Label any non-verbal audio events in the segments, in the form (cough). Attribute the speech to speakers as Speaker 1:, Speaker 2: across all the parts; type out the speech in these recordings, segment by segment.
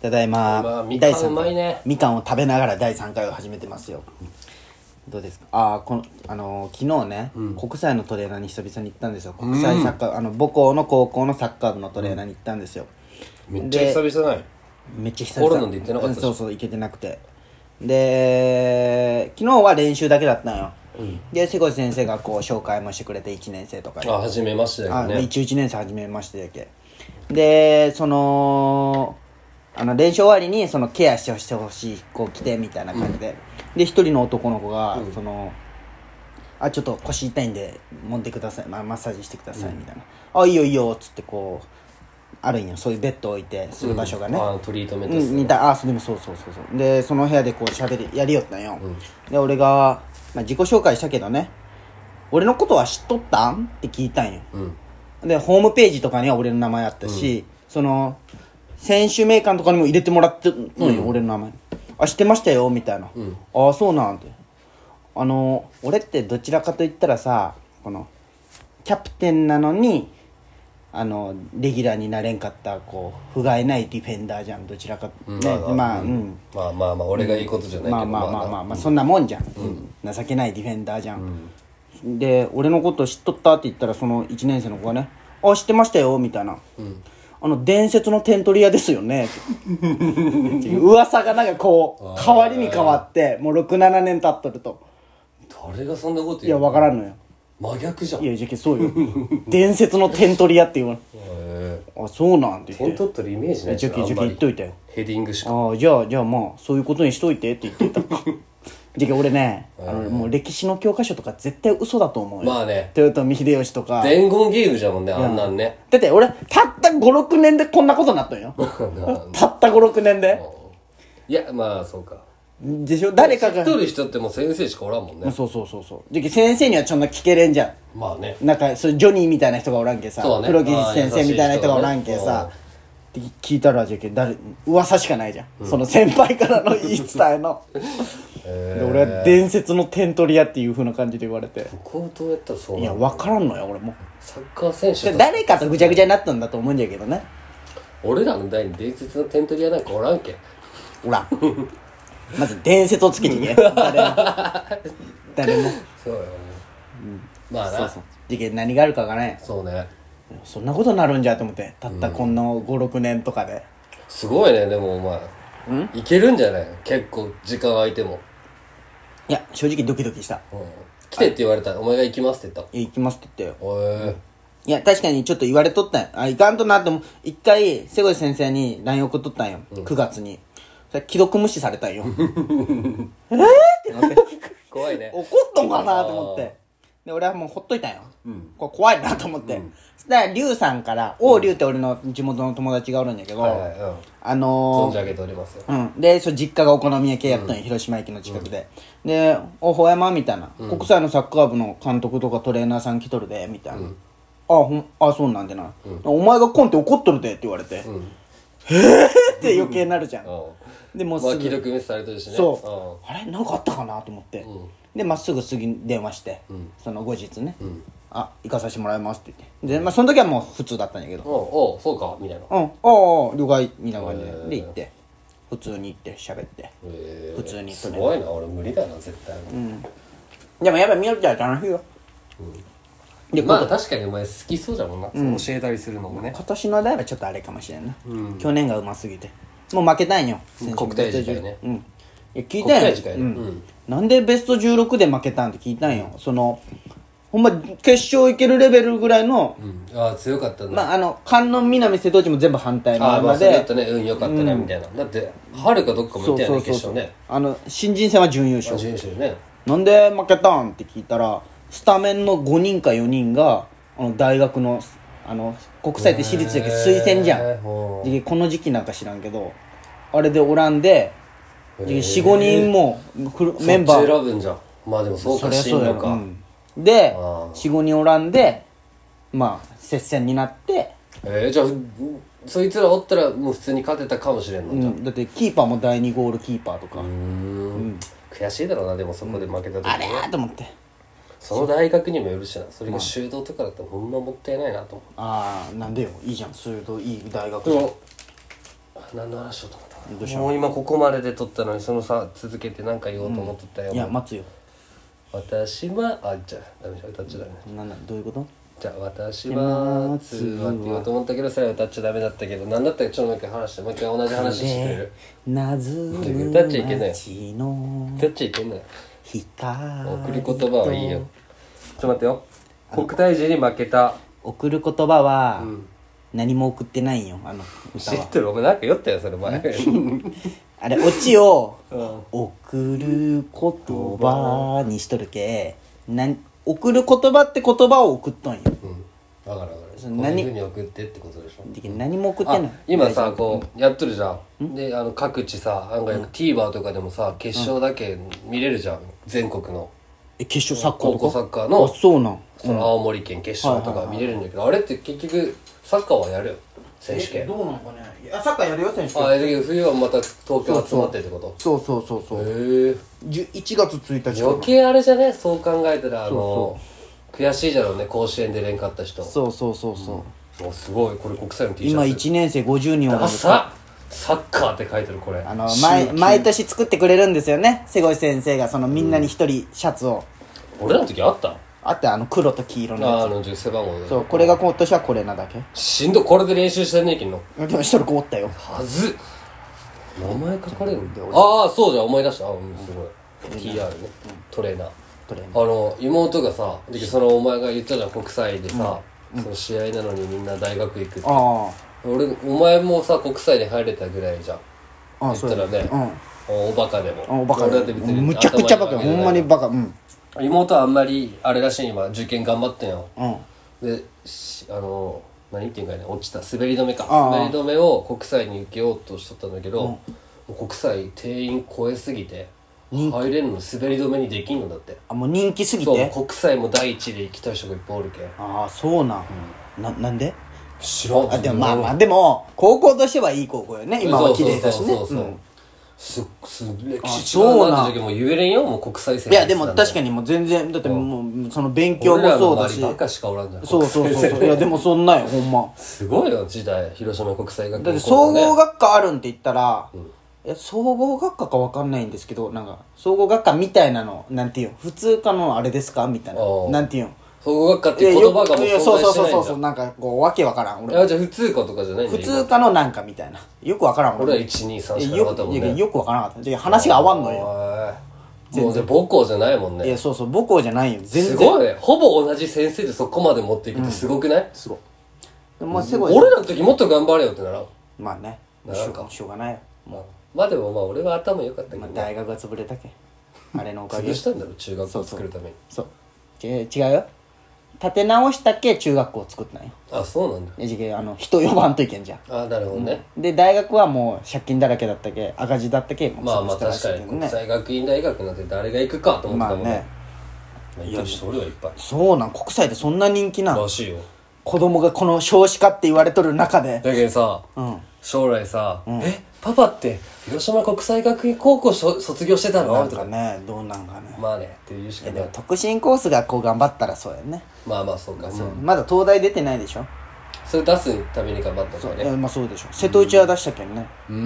Speaker 1: ただいま、
Speaker 2: まあみかん
Speaker 1: 第三
Speaker 2: うまいね
Speaker 1: みかんを食べながら第3回を始めてますよどうですかああこのあのー昨日ね、国際のトレーナーに久々に行ったんですよ国際サッカー、あの母校の高校のサッカー部のトレーナーに行ったんですよ、
Speaker 2: めっちゃ久々ない
Speaker 1: めっちゃ久
Speaker 2: コ
Speaker 1: 々
Speaker 2: ロナで行ってなかった
Speaker 1: う
Speaker 2: し
Speaker 1: んそうそう行けてなくてで昨日は練習だけだったのよ、で瀬越先生がこう紹介もしてくれて1年生とかに
Speaker 2: あ初めましてだ
Speaker 1: あ
Speaker 2: よね
Speaker 1: 一応1年生始めましてだけでそのあの練習終わりにそのケアしてほしい子来てみたいな感じで、で一人の男の子が、そのあちょっと腰痛いんで揉んでください、まあ、マッサージしてくださいみたいな、あいいよいいよっつってこうあるんよそういうベッドを置いてする場所がね、
Speaker 2: あトリートメント
Speaker 1: う
Speaker 2: っ
Speaker 1: ん、
Speaker 2: す
Speaker 1: 見たあそうでもそうそうそうそうでその部屋でこう喋りやりよったんよ、で俺が、まあ、自己紹介したけどね俺のことは知っとったんって聞いたんよ、でホームページとかには俺の名前あったし、その選手名鑑とかにも入れてもらってるのよ、俺の名前あ知ってましたよみたいな、ああそうなんてあの俺ってどちらかと言ったらさこのキャプテンなのにあのレギュラーになれんかったこう不甲斐ないディフェンダーじゃんどちらか、ねまあうん
Speaker 2: まあまあまあ俺がいいことじゃないけど
Speaker 1: まあまあまあまあまあそんなもんじゃん、情けないディフェンダーじゃん、で俺のこと知っとったって言ったらその1年生の子がね「あ知ってましたよ」みたいな、あの伝説の点取り屋ですよね」っていう噂がなんかこう変わりに変わってもう67年経っとると
Speaker 2: 誰がそんなこと
Speaker 1: いや
Speaker 2: 言う
Speaker 1: 分からんのよ
Speaker 2: 真逆じゃん
Speaker 1: いやじゃけそうよ伝説の点取り屋って言われ
Speaker 2: へ
Speaker 1: あそうなんて言
Speaker 2: 点
Speaker 1: って
Speaker 2: 取ってるイメージない
Speaker 1: じゃ
Speaker 2: じゃん
Speaker 1: けじゃけ言っといたよ
Speaker 2: ヘディングしか
Speaker 1: ああじゃあじゃあまあそういうことにしといてって言
Speaker 2: (laughs)
Speaker 1: ってたじゃけ俺ねあのもう歴史の教科書とか絶対嘘だと思うよ、
Speaker 2: まあね
Speaker 1: 豊臣秀吉とかだ
Speaker 2: 伝言ゲームじゃもんねあんなんね
Speaker 1: って俺たった56年でこんなことになった
Speaker 2: (laughs)
Speaker 1: んよたった56年で
Speaker 2: いやまあそうか
Speaker 1: でしょ誰かが
Speaker 2: 取る人ってもう先生しかおらんもんね
Speaker 1: そうそうそうそうじゃけ先生にはちょんな聞けれんじゃん
Speaker 2: まあね
Speaker 1: なんかそうジョニーみたいな人がおらんけさ、
Speaker 2: そうね
Speaker 1: 黒木先生みたいな人がおらんけ
Speaker 2: あ
Speaker 1: さ、って聞いたらじゃけ誰噂しかないじゃん、その先輩からの言い伝え (laughs) ので俺は伝説の点取り屋っていう風な感じで言われて
Speaker 2: 高等やったらそう
Speaker 1: い
Speaker 2: な
Speaker 1: や
Speaker 2: の
Speaker 1: 分からんのよ俺も
Speaker 2: サッカー選
Speaker 1: で
Speaker 2: 手
Speaker 1: 誰かとぐちゃぐちゃになったんだと思うんじゃけどね
Speaker 2: 俺らの代に伝説の点取り屋なんかおらんけ
Speaker 1: ほらまず伝説をつけていけ誰も誰も
Speaker 2: そうよねまあな
Speaker 1: そうじゃけ何があるかがね
Speaker 2: そうね
Speaker 1: そんなことになるんじゃと思ってたったこんな56年とかで、
Speaker 2: すごいねでもお前いけるんじゃない結構時間空いても
Speaker 1: いや正直ドキドキした
Speaker 2: うん来てって言われたらお前が行きますって言っ
Speaker 1: え行きますって言ってよ
Speaker 2: たおえ
Speaker 1: いや確かにちょっと言われとったんよあいかんとなっても一回瀬越先生に LINE 送っとったんよ、9月にそれ既読無視されたんよえーってなって
Speaker 2: 怖いね
Speaker 1: 怒っとんかなと思ってで俺はもうほっといたんよ、これ怖いなと思って、そしたら龍さんから王龍って俺の地元の友達がおるんやけど、
Speaker 2: はいはいうん
Speaker 1: あ
Speaker 2: 存
Speaker 1: のー
Speaker 2: じ上げておりますよ
Speaker 1: うん、でそう実家がお好み焼き屋やったんよ、広島駅の近くで、で「おほやま」みたいな、国際のサッカー部の監督とかトレーナーさん来とるで」みたいな「あほんあそうなんでな、お前がコンって怒っとるで」って言われて「へえ!」って余計なるじゃん、
Speaker 2: うん
Speaker 1: でもうす
Speaker 2: まあ
Speaker 1: ぐ
Speaker 2: 既読無視されてるしね
Speaker 1: そう、あれなんかあったかなと思って、でまっすぐ次に電話して、その後日ね、あ行かさせてもらいますって言ってで、まあ、その時はもう普通だったんやけど
Speaker 2: うんおうおうそうかみたいな
Speaker 1: 「うんああ了解」みたいな感じで、で行って普通に行って喋って
Speaker 2: へえ
Speaker 1: 普通に
Speaker 2: すごいな俺無理だな絶対
Speaker 1: でもやっぱみよちゃんは楽しいよで
Speaker 2: まあ確かにお前好きそうじゃもんな教えたりするのもね
Speaker 1: 今年の代はちょっとあれかもしれんな、去年がうますぎてもう負けたんよ選手
Speaker 2: 国体自体ね
Speaker 1: うんいや聞いたん
Speaker 2: 国体
Speaker 1: よ
Speaker 2: 自体
Speaker 1: う
Speaker 2: ね
Speaker 1: ん
Speaker 2: うん
Speaker 1: なんでベスト16で負けたんって聞いたんよそのほんま決勝いけるレベルぐらいの、
Speaker 2: うんああ強かったんだ
Speaker 1: まああの観音南瀬戸内も全部反対
Speaker 2: あ
Speaker 1: 側
Speaker 2: あま
Speaker 1: ま
Speaker 2: あそれだ
Speaker 1: で
Speaker 2: ったね運良かったねみたいなだってはるかどっかも
Speaker 1: そ
Speaker 2: いうたよ
Speaker 1: そ
Speaker 2: ね
Speaker 1: う
Speaker 2: 決
Speaker 1: そうそ
Speaker 2: 勝
Speaker 1: う、
Speaker 2: ね
Speaker 1: あの新人戦は準優勝
Speaker 2: 準優勝ね
Speaker 1: なんで負けたんって聞いたらスタメンの5人か4人があの大学のあの国際って私立だけど推薦じゃん、
Speaker 2: へーほ
Speaker 1: でこの時期なんか知らんけどあれでおらんで45人もフルメンバ
Speaker 2: そっち
Speaker 1: ー
Speaker 2: 選ぶんじゃんまあでもそう
Speaker 1: そ
Speaker 2: か
Speaker 1: りゃ
Speaker 2: 進
Speaker 1: そうや
Speaker 2: 路
Speaker 1: ろ、
Speaker 2: か
Speaker 1: うんで
Speaker 2: あー
Speaker 1: 45人おらんでまあ接戦になって、
Speaker 2: えーじゃあふそいつらおったらもう普通に勝てたかもしれんの
Speaker 1: う
Speaker 2: じゃ
Speaker 1: んだってキーパーも第2ゴールキーパーとか、
Speaker 2: うーん悔しいだろうなでもそこで負けた時
Speaker 1: あれーと思って
Speaker 2: その大学にもよるしなそれが修道とかだったらほんまもったいないなと思う
Speaker 1: ああなんでよいいじゃんそれといい大学
Speaker 2: で
Speaker 1: じゃん
Speaker 2: も何の話しようと思ったもう今ここまでで撮ったのにそのさ続けて何か言おうと思っとったよ、
Speaker 1: いや待つよ
Speaker 2: 私はあじゃあダメじゃん歌っちゃダメ
Speaker 1: なんだどういうこと
Speaker 2: じゃあ私は通話って言おうと思ったけどそれは歌っちゃダメだったけど何だったかちょっともう一回話してもう一回同じ話してる
Speaker 1: なずむ
Speaker 2: 歌っちゃいけない
Speaker 1: 街の
Speaker 2: 歌っちゃいけんのよ
Speaker 1: 光
Speaker 2: 送り言葉はいいよちょっと待ってよ国体時に負けた
Speaker 1: 送る言葉は何も送ってないよあの歌
Speaker 2: 知っ
Speaker 1: は
Speaker 2: てるお前なんか酔ったよそれ前
Speaker 1: あれオチを
Speaker 2: うん
Speaker 1: 送る言葉にしとるけなん送る言葉って言葉を送っとんよ
Speaker 2: うんだからだから
Speaker 1: そ
Speaker 2: こ
Speaker 1: の
Speaker 2: ういう
Speaker 1: 何
Speaker 2: ふうに送ってってことでしょ
Speaker 1: で何も送って
Speaker 2: あ
Speaker 1: ない
Speaker 2: 今さこうやっとるじゃんであの各地さ案外 TVer とかでもさ決勝だけ見れるじゃん全国の
Speaker 1: え決勝サッカーと
Speaker 2: 高
Speaker 1: か
Speaker 2: 校サッカーの
Speaker 1: あそうなん
Speaker 2: その青森県決勝とか見れるんだけどあれって結局サッカーはやるよ選手権
Speaker 1: うなんかねいやサッカーやるよ選手
Speaker 2: あだけど冬はまた東京集まってってこと
Speaker 1: そうそうそうそう
Speaker 2: へえ
Speaker 1: 11月1日
Speaker 2: 余計あれじゃねそう考えたらあの
Speaker 1: そ
Speaker 2: 悔しいじゃろうね甲子園でれんかった人
Speaker 1: そうそうそうそう
Speaker 2: おすごいこれ国際の T シ
Speaker 1: 今
Speaker 2: ャツ
Speaker 1: 1年生50人おるん
Speaker 2: ダ
Speaker 1: ですよ
Speaker 2: ササッカーって書いてるこれ
Speaker 1: あの毎毎年作ってくれるんですよね瀬越先生がそのみんなに一人シャツを、
Speaker 2: 俺らの時あった
Speaker 1: あってあの黒と黄色のや
Speaker 2: あの背番号
Speaker 1: つそうこれが今年はこれなだけ
Speaker 2: しんどいこれで練習してんねえけんの
Speaker 1: でも一人こおったよ
Speaker 2: はず名前書かれるんだああそうじゃん思い出したあうんすごい TR ねトレーナー
Speaker 1: トレーナ
Speaker 2: あの妹がさでそのお前が言ったじゃん国際でさ、その試合なのにみんな大学行くって
Speaker 1: あ
Speaker 2: 俺お前もさ国際に入れたぐらいじゃん
Speaker 1: あああ
Speaker 2: 言ったらね
Speaker 1: うんあ
Speaker 2: おバカでも
Speaker 1: おバカ
Speaker 2: 俺だって別に
Speaker 1: むちゃくちゃバカよ
Speaker 2: 頭い
Speaker 1: ほ
Speaker 2: い
Speaker 1: ん
Speaker 2: わ
Speaker 1: ま
Speaker 2: け
Speaker 1: に
Speaker 2: じゃない
Speaker 1: バカうん
Speaker 2: 妹はあんまりあれらしい今受験頑張ってんよ
Speaker 1: うん
Speaker 2: でしあの何言っていうんかいね落ちた滑り止めか
Speaker 1: ああ
Speaker 2: 滑り止めを国際に受けようとしとったんだけど、もう国際定員超えすぎて入れんの滑り止めにできんのだって
Speaker 1: あもう人気すぎ
Speaker 2: そう
Speaker 1: て
Speaker 2: 国際も第一で行きたい人がいっぱいおるけん
Speaker 1: ああそうなん、ななんで
Speaker 2: 知らん
Speaker 1: あでもまあまあでも高校としてはいい高校よね今は綺麗だしね
Speaker 2: そうそうそうそううんすす歴
Speaker 1: あ
Speaker 2: 史違
Speaker 1: そうう
Speaker 2: な
Speaker 1: なん
Speaker 2: んて時も言えれんよもう国際戦
Speaker 1: いやでも確か
Speaker 2: に
Speaker 1: にもう全然だってもうその勉強もそうだし
Speaker 2: バカしかおらんじゃん
Speaker 1: そうそう
Speaker 2: 国
Speaker 1: そう
Speaker 2: 際
Speaker 1: そう
Speaker 2: 戦
Speaker 1: いやでもそんなんよほんます
Speaker 2: ごいよ時代広島国際学
Speaker 1: だっ
Speaker 2: の
Speaker 1: て
Speaker 2: 頃
Speaker 1: 総
Speaker 2: ね
Speaker 1: 合学科あるんって言ったら、え総合学科かわかんないんですけどなんか総合学科みたいなのなんていうの普通科のあれですかみたいな
Speaker 2: あー
Speaker 1: なんていうの
Speaker 2: 総合学科っていう言葉がもう
Speaker 1: いや
Speaker 2: 存
Speaker 1: そう
Speaker 2: 在
Speaker 1: そう
Speaker 2: して
Speaker 1: そう
Speaker 2: ない
Speaker 1: そうそ
Speaker 2: んだ
Speaker 1: うなんかこうわけわからん俺
Speaker 2: あじゃあ普通科とかじゃないんだ
Speaker 1: 普通
Speaker 2: 今
Speaker 1: 科のなんかみたいなよくわからん
Speaker 2: 俺は
Speaker 1: よ
Speaker 2: 123しかなかったも
Speaker 1: く
Speaker 2: ん
Speaker 1: いや
Speaker 2: ね
Speaker 1: よくわからなかったで話が合わんのよ
Speaker 2: はいもうじゃあ母校じゃないもん
Speaker 1: い
Speaker 2: ね
Speaker 1: やそうそう母校じゃないよ全然
Speaker 2: すごいねほぼ同じ先生でそこまで持っていくってすごくない
Speaker 1: すごいでもまあすごい
Speaker 2: 俺らの時もっと頑張れよってならん
Speaker 1: まあね
Speaker 2: なん
Speaker 1: しょう
Speaker 2: か
Speaker 1: しょうがないよ
Speaker 2: まあまあでもまあ俺は頭良かったけ
Speaker 1: ま
Speaker 2: ど
Speaker 1: あ
Speaker 2: ね
Speaker 1: 大学が潰れたけあれのおかげ
Speaker 2: 潰したんだろ中学校作るために
Speaker 1: そうえ違うよ立て直したっけ中学校作ったんよ
Speaker 2: あそうなんだ
Speaker 1: えじけあの人呼ばんといけんじゃん
Speaker 2: あなるほどね
Speaker 1: で大学はもう借金だらけだったけ赤字だったけもう
Speaker 2: まあまあ
Speaker 1: 潰
Speaker 2: 確
Speaker 1: した
Speaker 2: から
Speaker 1: しい
Speaker 2: に
Speaker 1: けど
Speaker 2: 国際学院大学なんて誰が行くかと思って
Speaker 1: ま
Speaker 2: た
Speaker 1: あ
Speaker 2: もんね
Speaker 1: ね
Speaker 2: まあ行った人おるよいっぱい
Speaker 1: そうなん国際でそんな人気なん
Speaker 2: らしいよ
Speaker 1: 子供がこの少子化って言われとる中で
Speaker 2: だけどさ
Speaker 1: うん
Speaker 2: 将来さえパパって広島国際学院高校そ卒業してた
Speaker 1: な
Speaker 2: の
Speaker 1: ん
Speaker 2: と
Speaker 1: か
Speaker 2: か
Speaker 1: ねどうなんかね
Speaker 2: まあねっていうし
Speaker 1: い
Speaker 2: か
Speaker 1: や
Speaker 2: な
Speaker 1: でも
Speaker 2: い
Speaker 1: 特進コースがこう頑張ったらそうやね
Speaker 2: まあまあそうかそう
Speaker 1: まだ東大出てないでしょ
Speaker 2: それ出すために頑張った
Speaker 1: そ
Speaker 2: と
Speaker 1: う
Speaker 2: か
Speaker 1: い
Speaker 2: ね
Speaker 1: やまあそうでしょ瀬戸内は出したけんね
Speaker 2: うー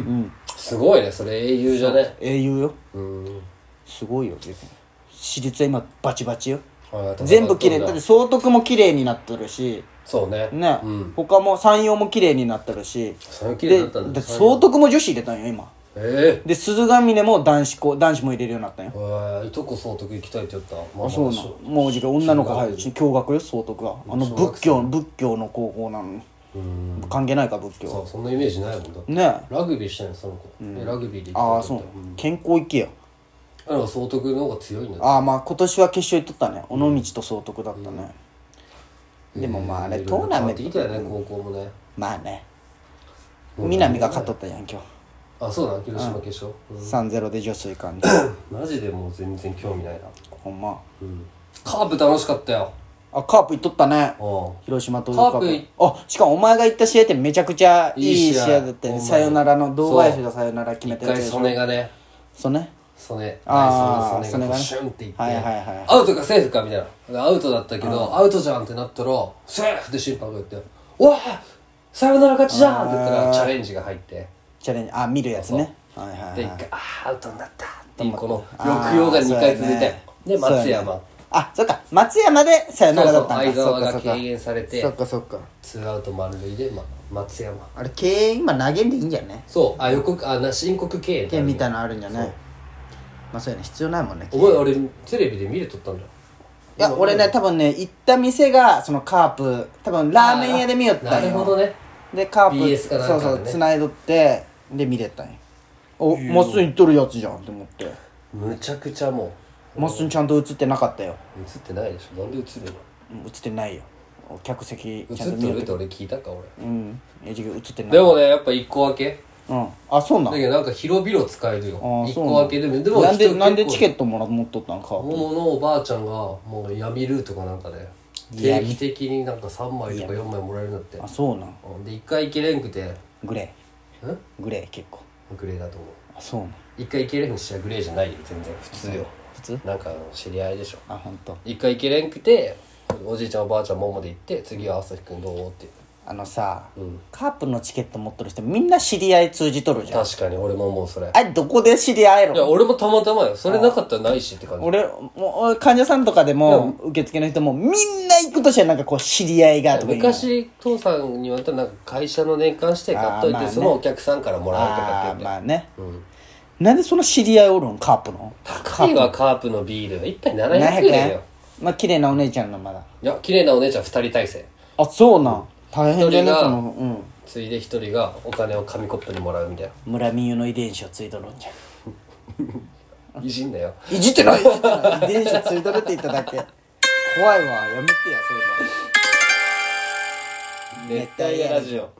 Speaker 2: んすごいねそれ英雄じゃね
Speaker 1: 英雄よ
Speaker 2: うーん
Speaker 1: すごいよ別に私立は今バチバチよ
Speaker 2: あ
Speaker 1: 全部綺麗だって総督も綺麗になってるし
Speaker 2: そうね
Speaker 1: ね、
Speaker 2: うん
Speaker 1: 他も山陽も綺麗になってるし
Speaker 2: それ綺麗
Speaker 1: で
Speaker 2: にな
Speaker 1: だ
Speaker 2: ったん
Speaker 1: って
Speaker 2: だ
Speaker 1: 総督も女子入れたんよ今
Speaker 2: ええ
Speaker 1: で鈴ヶ峰も男子校男子も入れるようになったんよ
Speaker 2: おいいとこ総督行きたいって言ったまあ
Speaker 1: あそうなのもうじき女の子入るし共学よ総督があの仏教仏教の高校なのに関係ないか仏教
Speaker 2: そうそんなイメージないもんだって
Speaker 1: ねえ
Speaker 2: ラグビーしたんよその子でラグビーで行きたいって言った
Speaker 1: ああそう健康行けよ
Speaker 2: あれは総督の方が強いんだ
Speaker 1: ああまあ今年は決勝行っとったね尾道と総督だったね、でもまああれトーナメン
Speaker 2: ト
Speaker 1: ト
Speaker 2: きたよね高校もね
Speaker 1: まあね南が勝っとったやん今
Speaker 2: あそうなん広島決勝
Speaker 1: 日3-0で女水感で
Speaker 2: マジでもう全然興味ないな
Speaker 1: ほんま
Speaker 2: カープ楽しかったよ
Speaker 1: あカープ行っとったね
Speaker 2: うん
Speaker 1: 広島と
Speaker 2: カー
Speaker 1: あしかもお前が行った試合ってめちゃくちゃい
Speaker 2: いい
Speaker 1: い
Speaker 2: 試
Speaker 1: 試
Speaker 2: 合
Speaker 1: 合だったよね
Speaker 2: ほんまに
Speaker 1: さよならの堂林がさよなら決め
Speaker 2: 一
Speaker 1: たやつ
Speaker 2: 回
Speaker 1: でし
Speaker 2: 曽
Speaker 1: ょ
Speaker 2: 根がね
Speaker 1: そうね
Speaker 2: 曽根
Speaker 1: あー
Speaker 2: ダイソ
Speaker 1: 曽
Speaker 2: ンの
Speaker 1: 根
Speaker 2: が
Speaker 1: がね
Speaker 2: シュンっていって
Speaker 1: はいはいはい
Speaker 2: アウトかセーフかみたいなでアウトだったけどアウトじゃんってなったらセーフって審判が言って「うわあさよなら勝ちじゃんって言ったらチャレンジが入って
Speaker 1: チャレンジあ見るやつねはいはい、はい、
Speaker 2: で一回ああアウトになったっていうこの抑揚が2回続いて、で松山、
Speaker 1: そうやねあそっか松山でさよならだったん
Speaker 2: そう
Speaker 1: だ
Speaker 2: そ
Speaker 1: そっかそ
Speaker 2: う相澤が
Speaker 1: っか
Speaker 2: 敬遠されて
Speaker 1: そっかそっか
Speaker 2: ツーアウト満塁で、ま、松山
Speaker 1: あれ敬遠今投げんでいいんじゃね
Speaker 2: そうあ予告あな申告敬遠
Speaker 1: 敬遠みたい
Speaker 2: な
Speaker 1: なのあるんじゃないまあそうやね必要ないもんね
Speaker 2: お前俺テレビで見るとったんだよ
Speaker 1: いや俺ね多分ね行った店がそのカープ多分ラーメン屋で見よった
Speaker 2: なんる
Speaker 1: よ
Speaker 2: ほどね
Speaker 1: でカープ
Speaker 2: BS かなんかでね
Speaker 1: そうそう繋いどってで見れたんよおまっすぐ行っとるやつじゃんって思って
Speaker 2: むちゃくちゃも
Speaker 1: まっすぐちゃんと映ってなかったよ
Speaker 2: う映ってないでしょなんで映るの
Speaker 1: うん映ってないよお客席ちゃ
Speaker 2: 映
Speaker 1: んと
Speaker 2: っ
Speaker 1: 見
Speaker 2: て
Speaker 1: れ
Speaker 2: るってて俺聞いたか俺
Speaker 1: うんえじ映ってない
Speaker 2: でもねやっぱ一個分け
Speaker 1: うんあそうな
Speaker 2: だ
Speaker 1: ん
Speaker 2: けどなんか広々使えるよ
Speaker 1: あ
Speaker 2: 一
Speaker 1: そう
Speaker 2: 個分けでもでも
Speaker 1: なんで
Speaker 2: 人
Speaker 1: なんでチケ
Speaker 2: 結
Speaker 1: ットもら持っとったんカ
Speaker 2: 構
Speaker 1: ー
Speaker 2: 本物のおばあちゃんがもう闇ルートかなんかで定期的になんか3枚とか4枚もらえるんだって
Speaker 1: プあそうなん
Speaker 2: うんで一回行けれんくてん
Speaker 1: グレーグレー結構
Speaker 2: グレーだと思う
Speaker 1: あそうなん
Speaker 2: 一回行けれんくしちゃグレーじゃないよ全然普通よ
Speaker 1: 普通
Speaker 2: なんかあの知り合いでしょ
Speaker 1: あ本当。
Speaker 2: 一回行けれんくておじいちゃんおばあちゃんもまで行って次は朝日くんどうって
Speaker 1: あのさ、
Speaker 2: ん
Speaker 1: カープのチケット持っとる人みんな知り合い通じとるじゃん
Speaker 2: 確かに俺ももうそれ
Speaker 1: あれどこで知り合え
Speaker 2: いや
Speaker 1: ろ
Speaker 2: 俺もたまたまよそれなかったらないしって感じ
Speaker 1: 俺もう患者さんとかでも、受付の人もみんな行くとしたらなんかこう知り合いがとか言うの
Speaker 2: 昔父さんに言われたらなんか会社の年間指定買っとい
Speaker 1: あーまあ
Speaker 2: て
Speaker 1: ね
Speaker 2: そのお客さんからもらうとか
Speaker 1: あ
Speaker 2: って
Speaker 1: ー
Speaker 2: 言って
Speaker 1: まあね、なんでその知り合いおるんカープの
Speaker 2: 高いわカープのビールが一杯700
Speaker 1: 700
Speaker 2: 円だ
Speaker 1: 円
Speaker 2: よ
Speaker 1: まあ綺麗なお姉ちゃんのまだ
Speaker 2: いや綺麗なお姉ちゃん2人体制
Speaker 1: あそうなん大変じゃね
Speaker 2: 一人が
Speaker 1: そのうん
Speaker 2: ついで1人がお金を紙コップにもらうみたい
Speaker 1: 村民の遺伝子をついとるんじゃ
Speaker 2: ないじんだよ
Speaker 1: んいじってないいじってない遺伝子ついとるって言っただけ怖いわやめてやそういうの
Speaker 2: 熱帯夜ラジオ